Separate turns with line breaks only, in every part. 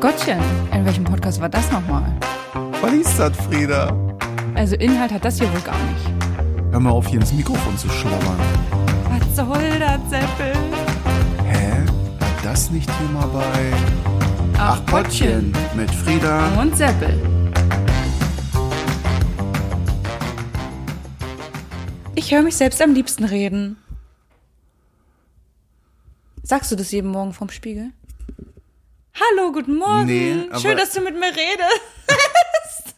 Gottchen, in welchem Podcast war das nochmal?
Was ist das, Frieda?
Also Inhalt hat das hier wohl gar nicht.
Hör mal auf, hier ins Mikrofon zu schlabbern.
Was soll das, Seppel?
Hä? War das nicht Thema bei... mit Frieda.
Und Seppel. Ich höre mich selbst am liebsten reden. Sagst du das jeden Morgen vom Spiegel? Hallo, guten Morgen.
Nee, aber-
Schön, dass du mit mir redest.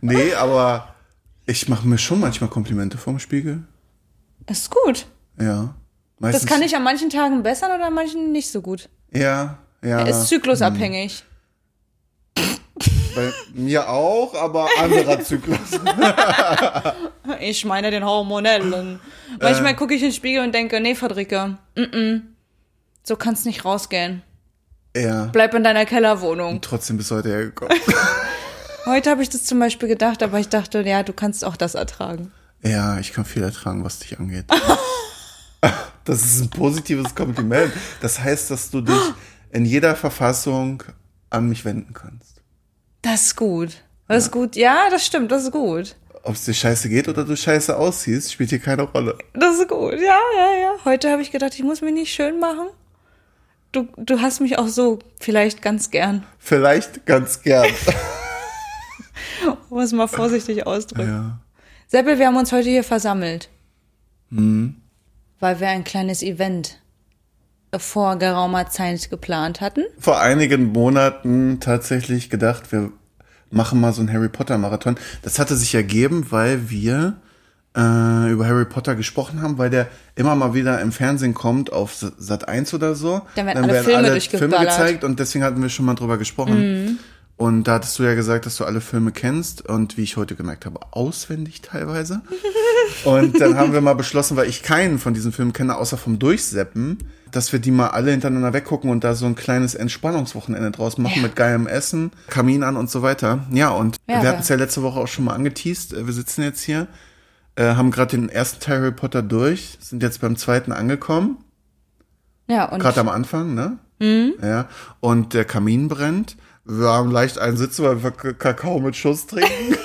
Nee, aber ich mache mir schon manchmal Komplimente vorm Spiegel.
Ist gut.
Ja. Meistens,
Das kann ich an manchen Tagen bessern oder an manchen nicht so gut.
Ja, ja.
Ist
hm.
zyklusabhängig.
Bei mir auch, aber anderer Zyklus.
Ich meine den hormonellen. Manchmal gucke ich in den Spiegel und denke, nee, Friederike, mm -mm, so kannst nicht rausgehen.
ja.
Bleib in deiner Kellerwohnung.
Trotzdem bis heute hergekommen.
Heute habe ich das zum Beispiel gedacht, aber ich dachte, ja, du kannst auch das ertragen.
Ja, ich kann viel ertragen, was dich angeht. Das ist ein positives Kompliment. Das heißt, dass du dich in jeder Verfassung an mich wenden kannst.
Das ist gut. Das ist gut. Ja, das stimmt, das ist gut.
Ob es dir scheiße geht oder du scheiße aussiehst, spielt hier keine Rolle.
Das ist gut. Ja, ja, ja. Heute habe ich gedacht, ich muss mich nicht schön machen. Du, du hast mich auch so vielleicht ganz gern.
Vielleicht ganz gern.
Um es mal vorsichtig ausdrücken.
Ja.
Seppel, wir haben uns heute hier versammelt.
Mhm.
Weil wir ein kleines Event vor geraumer Zeit geplant hatten.
Vor einigen Monaten tatsächlich gedacht, wir machen mal so einen Harry Potter Marathon. Das hatte sich ergeben, weil wir äh, über Harry Potter gesprochen haben, weil der immer mal wieder im Fernsehen kommt auf Sat 1 oder so.
Dann werden alle Filme durchgeballert. Mhm.
gezeigt und deswegen hatten wir schon mal drüber gesprochen. Und da hattest du ja gesagt, dass du alle Filme kennst und wie ich heute gemerkt habe, auswendig teilweise. Und dann haben wir mal beschlossen, weil ich keinen von diesen Filmen kenne, außer vom Durchseppen, dass wir die mal alle hintereinander weggucken und da so ein kleines Entspannungswochenende draus machen mit geilem Essen, Kamin an und so weiter. Ja, und
Ja,
wir
ja.
hatten es ja letzte Woche auch schon mal angeteased. Äh, Wir sitzen jetzt hier, äh, haben gerade den ersten Teil Harry Potter durch, sind jetzt beim zweiten angekommen.
Ja, und
Gerade am Anfang, ne? Ja. Und der Kamin brennt. Wir haben leicht einen Sitz, weil wir K- Kakao mit Schuss trinken.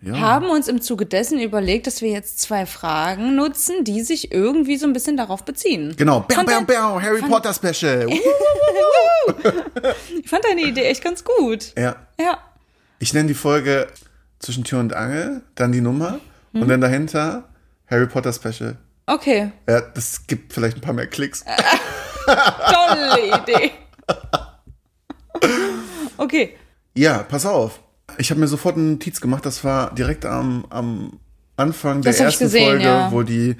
ja.
haben uns im Zuge dessen überlegt, dass wir jetzt zwei Fragen nutzen, die sich irgendwie so ein bisschen darauf beziehen.
Genau. Bam,
Fand
bam,
dein-
bam. Harry Potter Special. Uh.
Ich fand deine Idee echt ganz gut.
Ja.
Ja.
Ich nenne die Folge zwischen Tür und Angel, dann die Nummer und dann dahinter Harry Potter Special.
Okay.
Ja, das gibt vielleicht ein paar mehr Klicks.
Tolle Idee. Okay.
Ja, pass auf. Ich habe mir sofort eine Notiz gemacht. Das war direkt am, am Anfang der
Das hab ich
ersten
gesehen,
Folge,
ja.
wo die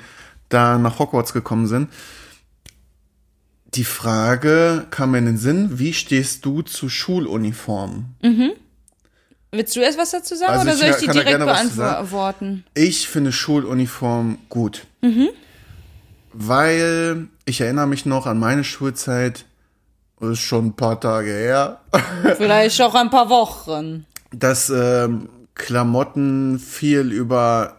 da nach Hogwarts gekommen sind. Die Frage kam mir in den Sinn, wie stehst du zu Schuluniformen?
Willst du erst was dazu sagen
Also
oder
ich
soll ich die
kann da
direkt
gerne was zu sagen.
beantworten?
Ich finde Schuluniform gut. Weil ich erinnere mich noch an meine Schulzeit, das ist schon ein paar Tage her,
Vielleicht auch ein paar Wochen.
dass ähm, Klamotten viel über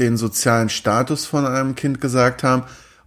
den sozialen Status von einem Kind gesagt haben.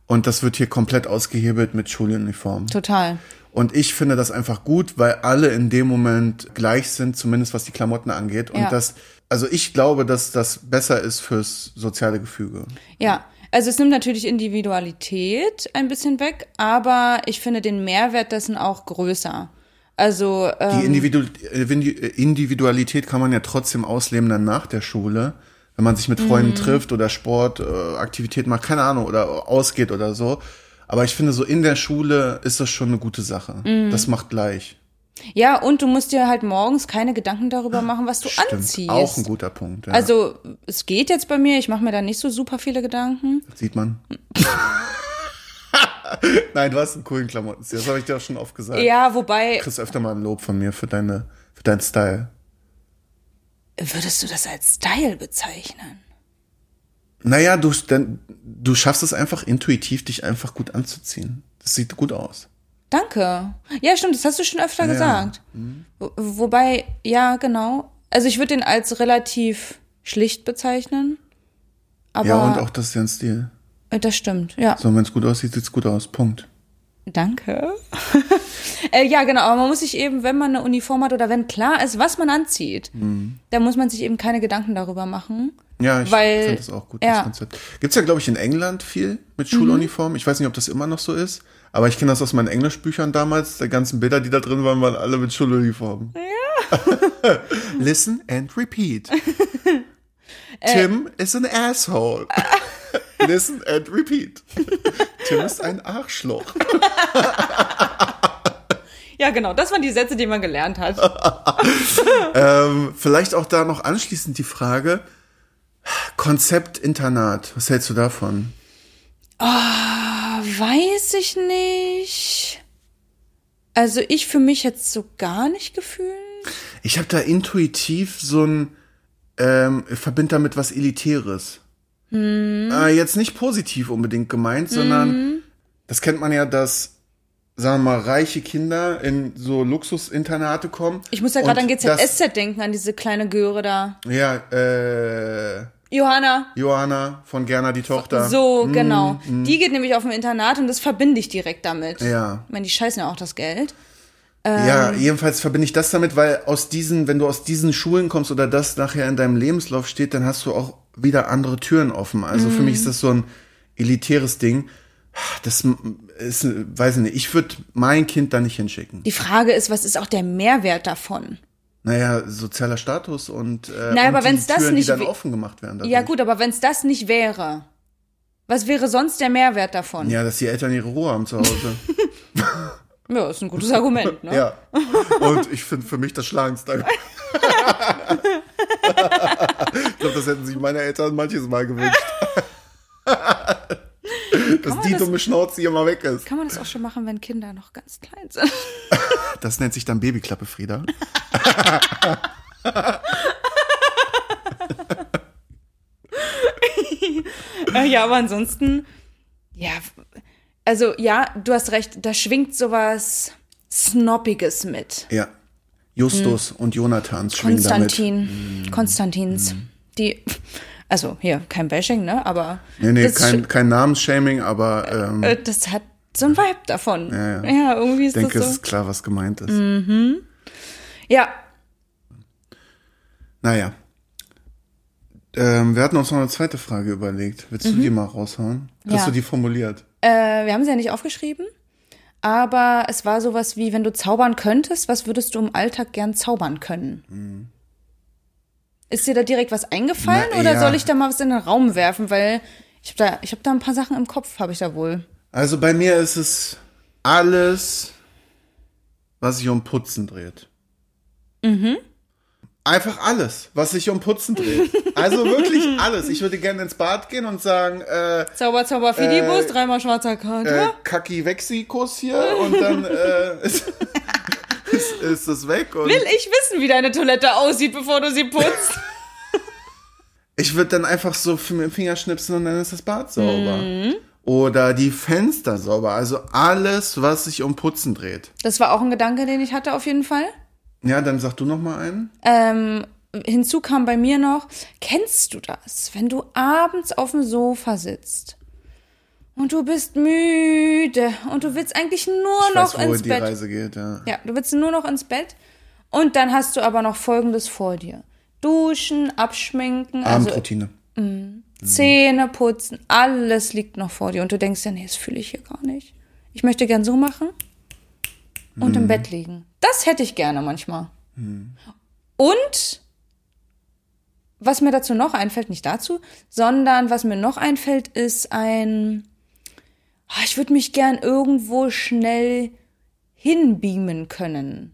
Und das wird hier komplett ausgehebelt mit Schuluniformen.
Total.
Und ich finde das einfach gut, weil alle in dem Moment gleich sind, zumindest was die Klamotten angeht. Und
Ja.
das, also ich glaube, dass das besser ist fürs soziale Gefüge.
Ja, also es nimmt natürlich Individualität ein bisschen weg, aber ich finde den Mehrwert dessen auch größer. Also
Die
ähm,
Individu äh, Vindi- äh, Individualität kann man ja trotzdem ausleben dann nach der Schule, wenn man sich mit
Mhm.
Freunden trifft oder Sport, äh, Aktivität macht, keine Ahnung, oder ausgeht oder so. Aber ich finde, so in der Schule ist das schon eine gute Sache.
Mhm.
Das macht gleich.
ja, und du musst dir halt morgens keine Gedanken darüber machen, was du
Stimmt.
anziehst.
Auch ein guter Punkt. Ja.
also es geht jetzt bei mir, ich mache mir da nicht so super viele Gedanken.
Sieht man. Nein, du hast einen coolen Klamotten. Das habe ich dir auch schon oft gesagt.
Ja, wobei,
Du kriegst öfter mal ein Lob von mir für, deine, für deinen Style.
würdest du das als Style bezeichnen?
Naja, du, denn, du schaffst es einfach intuitiv, dich einfach gut anzuziehen. Das sieht gut aus.
Danke. Ja, stimmt, das hast du schon öfter gesagt.
Mhm.
Wo, wobei, ja, genau. Also ich würde den als relativ schlicht bezeichnen. Aber
ja, und auch das ist ja ein Stil.
Äh, Das stimmt, ja.
So, wenn es gut aussieht, sieht's gut aus. Punkt.
Danke. äh, ja, genau, aber man muss sich eben, wenn man eine Uniform hat oder wenn klar ist, was man anzieht,
Mhm.
dann muss man sich eben keine Gedanken darüber machen.
Ja, ich
Weil-
finde das auch gut,
ja. Mhm.
das Konzept. Gibt's ja, glaube ich, in England viel mit Schuluniformen. Ich weiß nicht, ob das immer noch so ist, aber ich kenne das aus meinen Englischbüchern damals. Die ganzen Bilder, die da drin waren, waren alle mit Schuluniformen. Ja. Listen and repeat. Tim
Äh.
is an asshole. Listen and repeat. Tim ist ein Arschloch.
Ja, genau, das waren die Sätze, die man gelernt
Ah.
hat.
ähm, vielleicht auch da noch anschließend die Frage, Konzept Internat, was hältst du davon?
Weiß ich nicht. Also ich für mich jetzt so gar nicht gefühlt.
Ich habe da intuitiv so ein, ähm, verbind damit was Elitäres.
Hm.
Äh, jetzt nicht positiv unbedingt gemeint, sondern das kennt man ja, dass, sagen wir mal, reiche Kinder in so Luxusinternate kommen.
Ich muss ja gerade an
und das-
GZSZ denken, an diese kleine Göre da.
Ja, äh,
Johanna.
Johanna von Gerner, die Tochter.
So, genau. Die geht nämlich auf ein Internat und das verbinde ich direkt damit.
mhm. Ja.
Ich meine, die scheißen ja auch das Geld. Ähm.
Ja, jedenfalls verbinde ich das damit, weil aus diesen, wenn du aus diesen Schulen kommst oder das nachher in deinem Lebenslauf steht, dann hast du auch wieder andere Türen offen. Also für
Mhm.
mich ist das so ein elitäres Ding. Das ist, weiß ich nicht, ich würde mein Kind da nicht hinschicken.
Die Frage ist, was ist auch der Mehrwert davon?
Naja, sozialer Status und, äh,
Naja,
und
aber
die
wenn's das
Türen,
nicht
die dann
we-
offen gemacht werden.
Ja
dadurch.
gut, aber wenn es das nicht wäre, was wäre sonst der Mehrwert davon? Ja,
Ja, dass die Eltern ihre Ruhe haben zu Hause.
ist ein gutes Argument, ne?
ja. Und ich finde für mich das schlagendste. ich glaube, das hätten sich meine Eltern manches Mal gewünscht. Dass die
das-
dumme Schnauze hier mal weg ist.
Kann man das auch schon machen, wenn Kinder noch ganz klein sind?
Das nennt sich dann Babyklappe, Frieda.
Äh, ja, aber ansonsten, ja, also ja, du hast recht, da schwingt sowas Snobbiges mit.
Ja. Justus und Jonathans schwingen damit.
Hm. Konstantin,
Mhm.
Konstantins, die, also hier, kein Bashing, ne, aber
Nee, nee,
das,
kein, kein Namensshaming, aber ähm,
äh, das hat so ein Vibe davon.
Ja, ja.
irgendwie ist
ich denke,
das so.
es
Hm.
ist klar, was gemeint ist.
Ja,
Naja. Ähm, wir hatten uns noch eine zweite Frage überlegt. Willst du die mal raushauen? Hast
Mhm. Ja.
du die formuliert?
Äh, wir haben sie ja nicht aufgeschrieben, aber es war sowas wie, wenn du zaubern könntest, was würdest du im Alltag gern zaubern können? Ist dir da direkt was eingefallen
Na,
oder
ja.
soll ich da mal was in den Raum werfen? Weil ich habe da, ich hab da ein paar Sachen im Kopf, habe ich da wohl.
Also bei mir ist es alles, was sich um Putzen dreht.
Mhm.
Einfach alles, was sich um Putzen dreht. Also wirklich alles. Ich würde gerne ins Bad gehen und sagen, äh,
Zauber, Zauber, Fidibus, dreimal schwarzer
äh,
Kater.
Kaki Wexi-Kuss hier und dann äh, ist, ist, ist das weg. Und
Will ich wissen, wie deine Toilette aussieht, bevor du sie putzt?
ich würde dann einfach so f- mit dem Finger schnipsen und dann ist das Bad sauber.
Mhm.
Oder die Fenster sauber. Also alles, was sich um Putzen dreht.
Das war auch ein Gedanke, den ich hatte auf jeden Fall.
Ja, dann sag du noch mal einen.
Ähm, hinzu kam bei mir noch, kennst du das, wenn du abends auf dem Sofa sitzt und du bist müde und du willst eigentlich nur
Ich
noch
weiß, wo
ins
die
Bett.
Reise geht, ja.
Ja, du willst nur noch ins Bett und dann hast du aber noch Folgendes vor dir. Duschen, abschminken, also
Abendroutine.
Zähne putzen, alles liegt noch vor dir und du denkst ja, nee, das fühle ich hier gar nicht. Ich möchte gern so machen und
Mhm.
im Bett liegen. Das hätte ich gerne manchmal. Und was mir dazu noch einfällt, nicht dazu, sondern was mir noch einfällt, ist ein, Ah, ich würde mich gern irgendwo schnell hinbeamen können.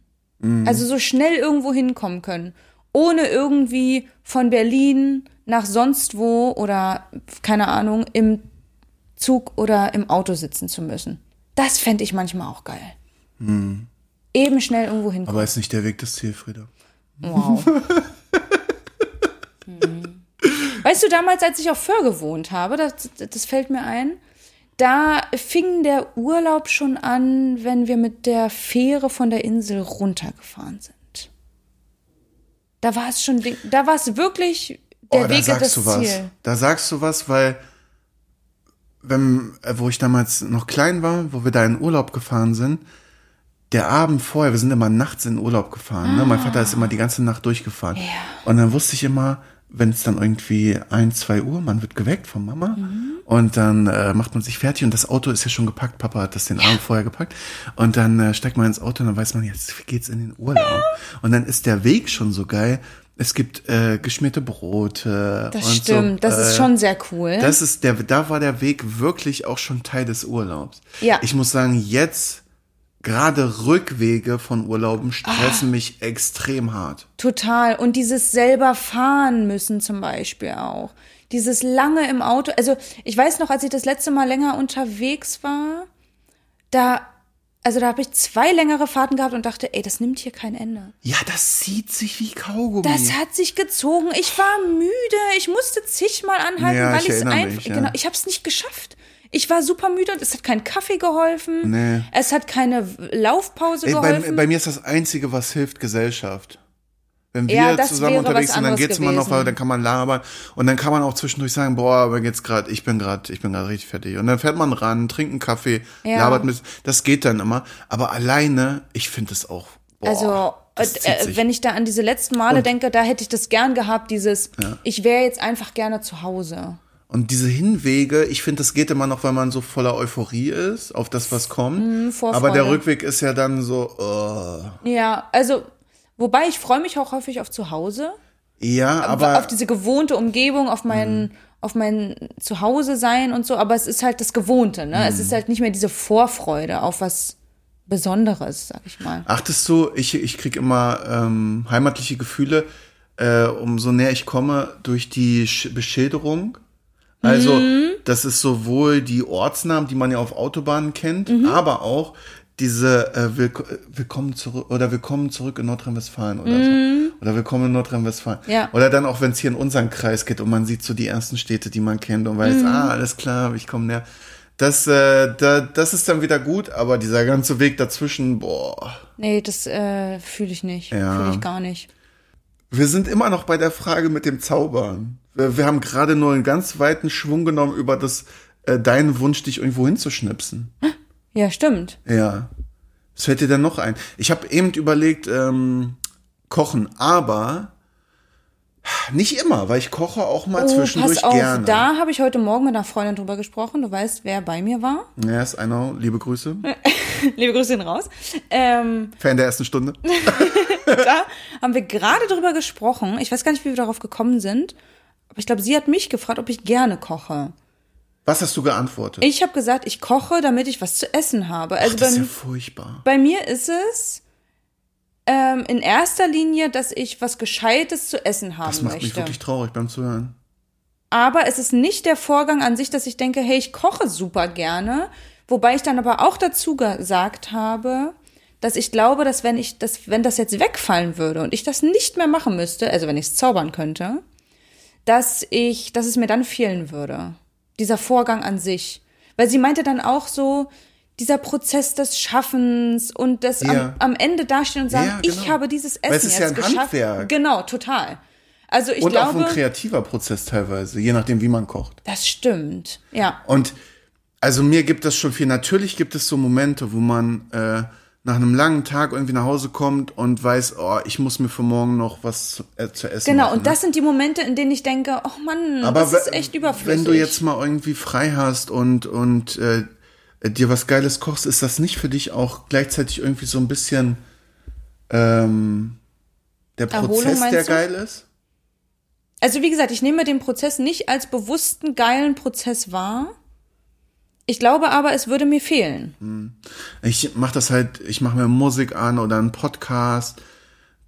Also so schnell irgendwo hinkommen können, ohne irgendwie von Berlin nach sonst wo oder keine Ahnung im Zug oder im Auto sitzen zu müssen. Das fände ich manchmal auch geil. Eben schnell irgendwo hinkommen.
Aber ist nicht der Weg das Ziel, Frieda.
Wow. Hm. Weißt du, damals, als ich auf Föhr gewohnt habe, das, das fällt mir ein, da fing der Urlaub schon an, wenn wir mit der Fähre von der Insel runtergefahren sind. Da war es schon, ding- da war es wirklich der Weg
oh, da
ist das
sagst du was.
Ziel.
Da sagst du was, weil wenn, äh, wo ich damals noch klein war, wo wir da in Urlaub gefahren sind, der Abend vorher, wir sind immer nachts in Urlaub gefahren. Ne? Mein Vater ist
Ah.
immer die ganze Nacht durchgefahren. Und dann wusste ich immer, wenn es dann irgendwie ein, zwei Uhr, man wird geweckt von Mama
Mhm.
und dann äh, macht man sich fertig und das Auto ist ja schon gepackt, Papa hat das den Abend vorher gepackt und dann äh, steigt man ins Auto und dann weiß man, jetzt geht's in den Urlaub. Und dann ist der Weg schon so geil. Es gibt äh, geschmierte Brote.
Das
und
stimmt,
so,
das ist
äh,
schon sehr cool.
das ist der, da war der Weg wirklich auch schon Teil des Urlaubs.
Ja.
Ich muss sagen, jetzt gerade Rückwege von Urlauben
Ah.
stressen mich extrem hart.
Total. Und dieses selber fahren müssen zum Beispiel auch. Dieses lange im Auto. Also ich weiß noch, als ich das letzte Mal länger unterwegs war, da, also da habe ich zwei längere Fahrten gehabt und dachte, ey, das nimmt hier kein Ende.
Ja, das sieht sich wie Kaugummi.
Das hat sich gezogen. Ich war müde. Ich musste zigmal anhalten,
Ja,
weil
ich
ich es
erinnere
einfach.
mich, ja.
Genau, ich habe es nicht geschafft. Ich war super müde und es hat kein Kaffee geholfen.
Nee.
Es hat keine Laufpause
Ey, bei,
geholfen.
bei mir ist das Einzige, was hilft, Gesellschaft. Wenn wir
Ja, das
zusammen
wäre was
unterwegs sind, dann
anderes
geht's immer noch,
gewesen.
weil dann kann man labern und dann kann man auch zwischendurch sagen, boah, aber jetzt gerade, ich bin gerade, ich bin gerade richtig fertig. Und dann fährt man ran, trinkt einen Kaffee,
Ja.
labert mit, das geht dann immer. Aber alleine, ich finde es auch. Boah,
Also,
das
äh,
zieht
äh,
sich.
wenn ich da an diese letzten Male denke, da hätte ich das gern gehabt, dieses, ich wäre jetzt einfach gerne zu Hause.
Und diese Hinwege, ich finde, das geht immer noch, weil man so voller Euphorie ist auf das, was kommt.
Mhm, Vorfreude.
Aber der Rückweg ist ja dann so, oh.
Ja, also, wobei ich freue mich auch häufig auf zu Hause,
ja, aber Mhm.
auf diese gewohnte Umgebung, auf mein, auf mein Zuhause sein und so, aber es ist halt das Gewohnte, ne? Es
Mhm.
ist halt nicht mehr diese Vorfreude auf was Besonderes, sag ich mal.
achtest du, ich, ich krieg immer ähm, heimatliche Gefühle, äh, umso näher ich komme, durch die Sch Beschilderung. Also, das ist sowohl die Ortsnamen, die man ja auf Autobahnen kennt, aber auch diese äh, Willk Willkommen zurück oder Willkommen zurück in Nordrhein-Westfalen oder so. Oder Willkommen in Nordrhein-Westfalen.
Ja.
Oder dann auch, wenn es hier in unseren Kreis geht und man sieht so die ersten Städte, die man kennt und weiß, ah, alles klar, ich komme näher. Das, äh, da, das ist dann wieder gut, aber dieser ganze Weg dazwischen, boah.
Nee, das äh, fühle ich nicht.
Ja.
Fühle ich gar nicht.
Wir sind immer noch bei der Frage mit dem Zaubern. Wir, wir haben gerade nur einen ganz weiten Schwung genommen über das äh, deinen Wunsch, dich irgendwo hinzuschnipsen.
Ja, stimmt.
Ja. Was fällt dir denn noch ein? Ich habe eben überlegt, ähm, kochen, aber nicht immer, weil ich koche auch mal zwischendurch
Oh, pass auf,
gerne.
da habe ich heute Morgen mit einer Freundin drüber gesprochen. Du weißt, wer bei mir war.
Ja, ist einer, liebe Grüße.
Liebe Grüße gehen raus. Ähm,
Fan der ersten Stunde.
da haben wir gerade drüber gesprochen. Ich weiß gar nicht, wie wir darauf gekommen sind. Aber ich glaube, sie hat mich gefragt, ob ich gerne koche.
Was hast du geantwortet?
Ich habe gesagt, ich koche, damit ich was zu essen habe. Also
das ist
bei,
ja furchtbar.
bei mir ist es ähm, in erster Linie, dass ich was Gescheites zu essen haben
Das macht mich
möchte.
wirklich traurig beim Zuhören.
Aber es ist nicht der Vorgang an sich, dass ich denke, hey, ich koche super gerne. Wobei ich dann aber auch dazu gesagt habe, dass ich glaube, dass wenn ich das, wenn das jetzt wegfallen würde und ich das nicht mehr machen müsste, also wenn ich es zaubern könnte, dass ich, dass es mir dann fehlen würde. Dieser Vorgang an sich. Weil sie meinte dann auch so, dieser Prozess des Schaffens und das
Ja.
am, am Ende dastehen und sagen,
Ja,
ich
genau.
habe dieses Essen
Weil es ist
jetzt
ja ein
geschafft.
Handwerk.
Genau, total. Also ich
Und auch
glaube.
ein kreativer Prozess teilweise, je nachdem, wie man kocht.
Das stimmt, ja.
Und also mir gibt das schon viel. Natürlich gibt es so Momente, wo man äh, nach einem langen Tag irgendwie nach Hause kommt und weiß, oh, ich muss mir für morgen noch was zu- äh, zu essen
Genau,
machen.
und das sind die Momente, in denen ich denke, oh Mann,
Aber
das ist
we-
echt überflüssig.
Wenn du jetzt mal irgendwie frei hast und und äh, dir was Geiles kochst, ist das nicht für dich auch gleichzeitig irgendwie so ein bisschen ähm, der
Erholung,
Prozess, der
meinst du?
geil ist?
also wie gesagt, ich nehme den Prozess nicht als bewussten, geilen Prozess wahr. Ich glaube aber, es würde mir fehlen.
Also Ich mache das halt, ich mache mir Musik an oder einen Podcast.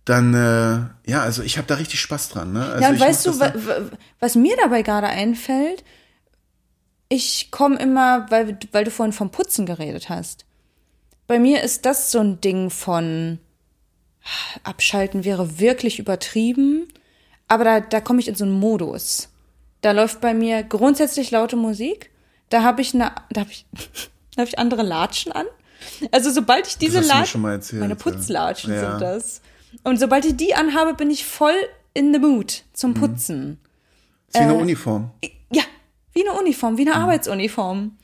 Dann, äh, ja, also ich habe da richtig Spaß dran. Ne? Also
ja, und
ich mach
weißt du,
das
wa
dann-
wa- was mir dabei gerade einfällt? Ich komme immer, weil, weil du vorhin vom Putzen geredet hast. Bei mir ist das so ein Ding von abschalten wäre wirklich übertrieben, aber da, da komme ich in so einen Modus. Da läuft bei mir grundsätzlich laute Musik. Da habe ich eine, da habe ich, da habe ich andere Latschen an. Also sobald ich diese
hast du mir
Latschen,
schon mal erzählt,
meine
ja.
Putzlatschen
Ja.
sind das. Und sobald ich die anhabe,
Mhm.
bin ich voll in the mood zum Putzen. äh,
Zieh eine Uniform.
Ja, Wie eine Uniform, wie eine
Mhm.
Arbeitsuniform.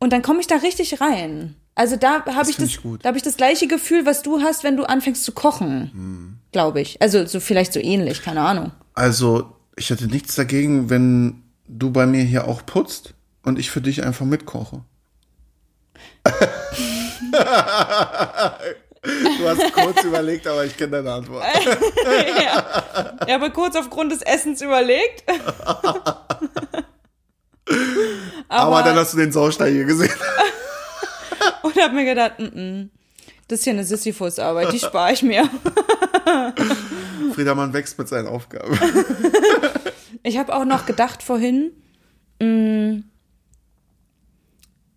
Und dann komme ich da richtig rein. Also da habe ich,
find
das,
ich gut.
da hab ich das gleiche Gefühl, was du hast, wenn du anfängst zu kochen,
Mhm.
glaube ich. Also so vielleicht so ähnlich, keine Ahnung.
Also, ich hätte nichts dagegen, wenn du bei mir hier auch putzt und ich für dich einfach mitkoche. du hast kurz überlegt, aber ich kenne deine Antwort.
Äh, Ich habe kurz aufgrund des Essens überlegt.
Aber, dann hast du den Saustall hier gesehen.
Und habe mir gedacht, mm, mm, das ist hier eine Sisyphus-Arbeit, die spare ich mir.
Friedemann wächst mit seinen Aufgaben.
Ich habe auch noch gedacht vorhin,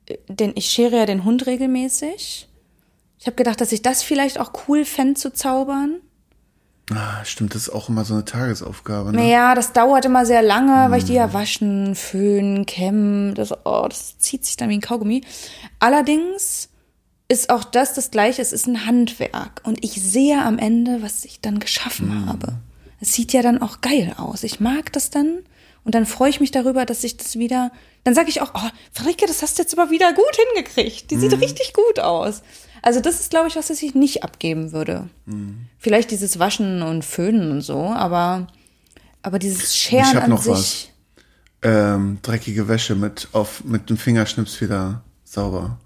mm, denn ich schere ja den Hund regelmäßig. Ich habe gedacht, dass ich das vielleicht auch cool fände zu zaubern.
Ah, stimmt, das ist auch immer so eine Tagesaufgabe. Ne? Mhm.
Naja, das dauert immer sehr lange, weil ich die ja waschen, föhnen, kämmen. Das, oh, das zieht sich dann wie ein Kaugummi. Allerdings ist auch das das Gleiche. Es ist ein Handwerk. Und ich sehe am Ende, was ich dann geschaffen
Mhm.
habe. Es sieht ja dann auch geil aus. Ich mag das dann. Und dann freue ich mich darüber, dass ich das wieder. Dann sage ich auch, oh, Frederike, das hast du jetzt aber wieder gut hingekriegt. Die sieht
Mhm.
richtig gut aus. Also, das ist, glaube ich, was, was ich nicht abgeben würde.
Mhm.
Vielleicht dieses Waschen und Föhnen und so, aber, aber dieses Scheren
Ich hab
an
noch
sich.
was. Ähm, dreckige Wäsche mit, auf, mit dem Fingerschnips wieder sauber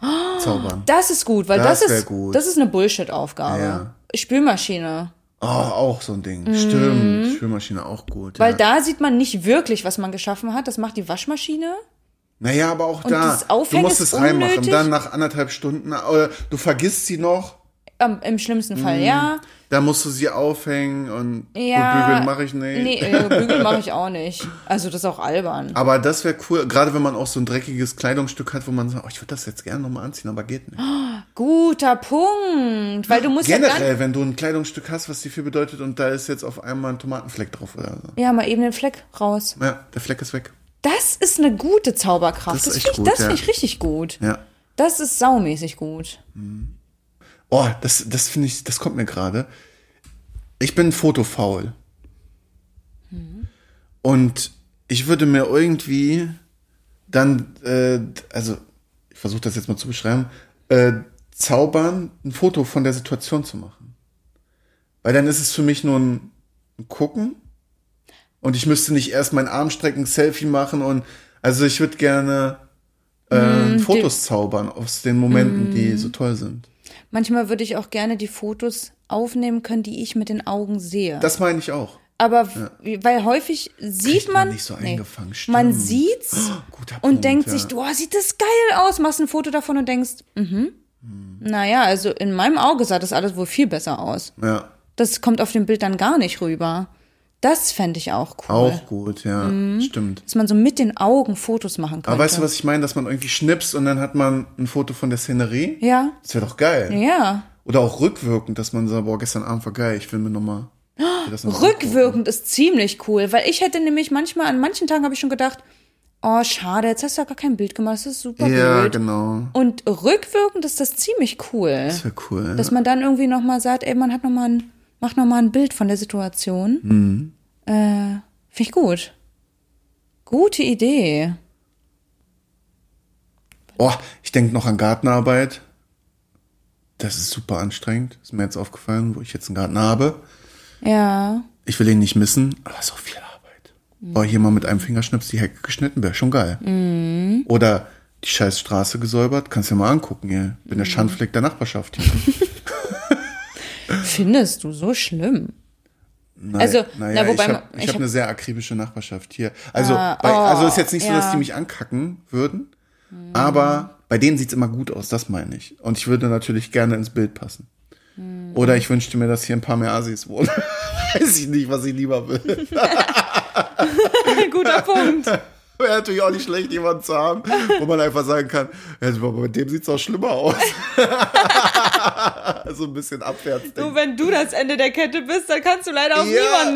zaubern.
Das ist gut, weil das,
Das wär
ist
gut.
das ist eine Bullshit-Aufgabe.
Ja.
Spülmaschine.
Oh, auch so ein Ding. Stimmt. Spülmaschine auch gut.
Mhm. Weil
ja.
da sieht man nicht wirklich, was man geschaffen hat. Das macht die Waschmaschine.
Naja, aber auch da.
dieses Aufhängen
Du musst
ist
es reinmachen.
unnötig.
Dann nach anderthalb Stunden, oder du vergisst sie noch,
Ähm, Im schlimmsten Fall,
Hm.
ja.
dann musst du sie aufhängen und,
ja.
und bügeln mache ich nicht.
Nee, äh, bügeln mache ich auch nicht. Also das ist auch albern.
Aber das wäre cool, gerade wenn man auch so ein dreckiges Kleidungsstück hat, wo man sagt, oh, ich würde das jetzt gerne nochmal anziehen, aber geht
Oh,
nicht.
Guter Punkt. Weil du musst ja dann.
Generell, wenn du ein Kleidungsstück hast, was dir viel bedeutet und da ist jetzt auf einmal ein Tomatenfleck drauf oder so.
Ja, mal eben den Fleck raus.
Ja, der Fleck ist weg.
Das ist eine gute Zauberkraft.
Das
Das,
ist echt
finde ich,
gut,
das
ja.
finde ich richtig gut.
Ja.
Das ist saumäßig gut.
Oh, das, das finde ich, das kommt mir gerade. Ich bin fotofaul. Und ich würde mir irgendwie dann, äh, also ich versuche das jetzt mal zu beschreiben, äh, zaubern, ein Foto von der Situation zu machen. Weil dann ist es für mich nur ein, ein Gucken und ich müsste nicht erst meinen Arm strecken, Selfie machen und also ich würde gerne äh, Fotos zaubern aus den Momenten, die so toll sind.
Manchmal würde ich auch gerne die Fotos aufnehmen können, die ich mit den Augen sehe.
Das meine ich auch.
Aber w- weil häufig sieht
Kriegt man
man,
nicht so eingefangen, stimmt.
man sieht's
Guter
und
Punkt,
denkt
ja.
sich, boah, sieht das geil aus, machst ein Foto davon und denkst, mhm.
Hm.
Naja, also in meinem Auge sah das alles wohl viel besser aus.
Ja,
Das kommt auf dem Bild dann gar nicht rüber. Das fände ich auch cool. Mhm.
auch gut, ja, stimmt.
Dass man so mit den Augen Fotos machen könnte.
Aber weißt du, was ich meine, dass man irgendwie schnipst und dann hat man ein Foto von der Szenerie?
Ja.
Das wäre doch geil.
Ja.
Oder auch rückwirkend, dass man sagt, boah, gestern Abend war geil, ich will mir nochmal.
Rückwirkend ist ziemlich cool, weil ich hätte nämlich manchmal, an manchen Tagen habe ich schon gedacht, oh, schade, jetzt hast du ja gar kein Bild gemacht, das ist super
Ja,
blöd.
genau.
Und rückwirkend ist das ziemlich cool.
Das wäre cool.
dass man dann irgendwie nochmal sagt, ey, man hat noch mal ein, macht nochmal ein Bild von der Situation.
Mhm.
Äh, Finde ich gut. Gute Idee.
oh, ich denke noch an Gartenarbeit. Das ist super anstrengend. Ist mir jetzt aufgefallen, wo ich jetzt einen Garten habe.
Ja.
Ich will ihn nicht missen, aber so viel Arbeit. Boah, hier mal mit einem Fingerschnips die Hecke geschnitten, wäre schon geil.
Mhm.
Oder die scheiß Straße gesäubert, kannst du dir mal angucken, hier. Bin
Mhm.
der Schandfleck der Nachbarschaft. Hier.
Findest du so schlimm?
Nein,
Also,
naja,
na, wobei
ich
man-
habe hab
ich hab-
eine sehr akribische Nachbarschaft hier. Also,
Ah,
bei,
oh,
also ist jetzt nicht so, dass
ja. Mhm.
die mich ankacken würden, aber bei denen sieht's immer gut aus, das meine ich. Und ich würde natürlich gerne ins Bild passen.
Mhm.
Oder ich wünschte mir, dass hier ein paar mehr Asis wohnen. Weiß ich nicht, was ich lieber will.
Guter Punkt.
Wäre natürlich auch nicht schlecht, jemanden zu haben, wo man einfach sagen kann, ja, aber mit dem sieht's auch schlimmer aus. so ein bisschen abwärts. denken.
wenn du das Ende der Kette bist, dann kannst du leider auch
Ja,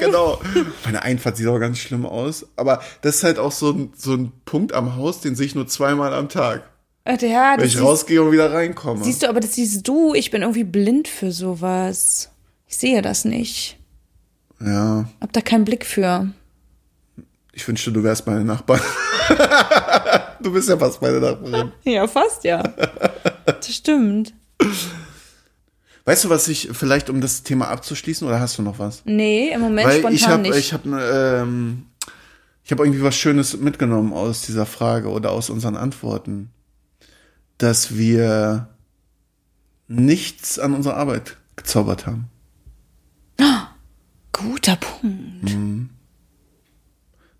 Genau. Meine Einfahrt sieht auch ganz schlimm aus. Aber das ist halt auch so ein, so ein Punkt am Haus, den sehe ich nur zweimal am Tag.
Äh, Ja,
Wenn
das
ich
siehst,
rausgehe und wieder reinkomme.
siehst du, aber das siehst du, ich bin irgendwie blind für sowas. Ich sehe das nicht.
Ja.
Hab da keinen Blick für.
Ich wünschte, du wärst meine Nachbarin. du bist ja fast meine Nachbarin.
Ja, fast ja. Das stimmt.
Weißt du, was ich vielleicht, um das Thema abzuschließen, oder hast du noch was?
Nee, im Moment
Weil
spontan
ich habe
nicht.
ich hab, ähm, ich hab irgendwie was Schönes mitgenommen aus dieser Frage oder aus unseren Antworten, dass wir nichts an unserer Arbeit gezaubert haben.
Guter Punkt.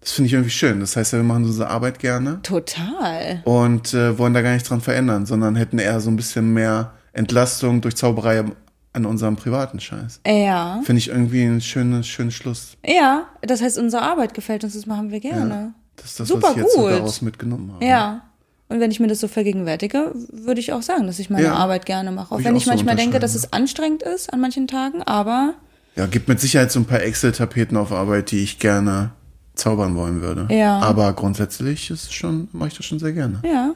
Das finde ich irgendwie schön. Das heißt ja, wir machen unsere Arbeit gerne
Total.
und äh, wollen da gar nichts dran verändern, sondern hätten eher so ein bisschen mehr Entlastung durch Zauberei an unserem privaten Scheiß.
Ja.
Finde ich irgendwie einen schönen, schönen Schluss.
Ja, das heißt, unsere Arbeit gefällt uns, das machen wir gerne.
Das ist das,
Super
was ich jetzt so
gut.
daraus mitgenommen habe.
Ja. Und wenn ich mir das so vergegenwärtige, würde ich auch sagen, dass ich meine
Ja.
Arbeit gerne mache. Auch
Würde ich
wenn
auch
ich
so
manchmal denke,
unterschreiben,
dass es anstrengend ist an manchen Tagen, aber
Ja, gibt mit Sicherheit so ein paar Excel-Tapeten auf Arbeit, die ich gerne zaubern wollen würde.
Ja.
Aber grundsätzlich ist es schon, mache ich das schon sehr gerne.
ja.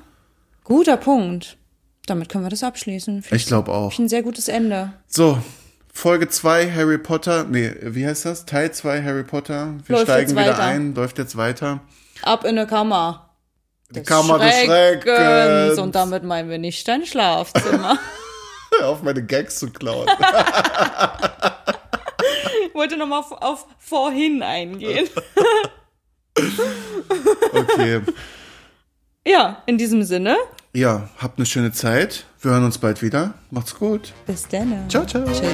Guter Punkt. Damit können wir das abschließen. Finde
Ich glaube auch.
ich ein sehr gutes Ende.
So, Folge 2 Harry Potter, nee, wie heißt das? Teil 2 Harry Potter. Wir
Läuft
steigen
jetzt
wieder
weiter.
ein, läuft jetzt weiter.
Ab in der Kammer.
Die Kammer des Schreckens.
Und damit meinen wir nicht dein Schlafzimmer.
Hör auf, meine Gags zu klauen.
ich wollte nochmal auf, auf vorhin eingehen.
Okay.
Ja, in diesem Sinne.
Ja, habt eine schöne Zeit. Wir hören uns bald wieder. Macht's gut.
Bis dann.
Ciao, ciao.
Tschüssi.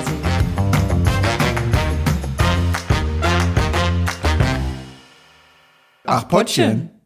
Ach, Pottchen.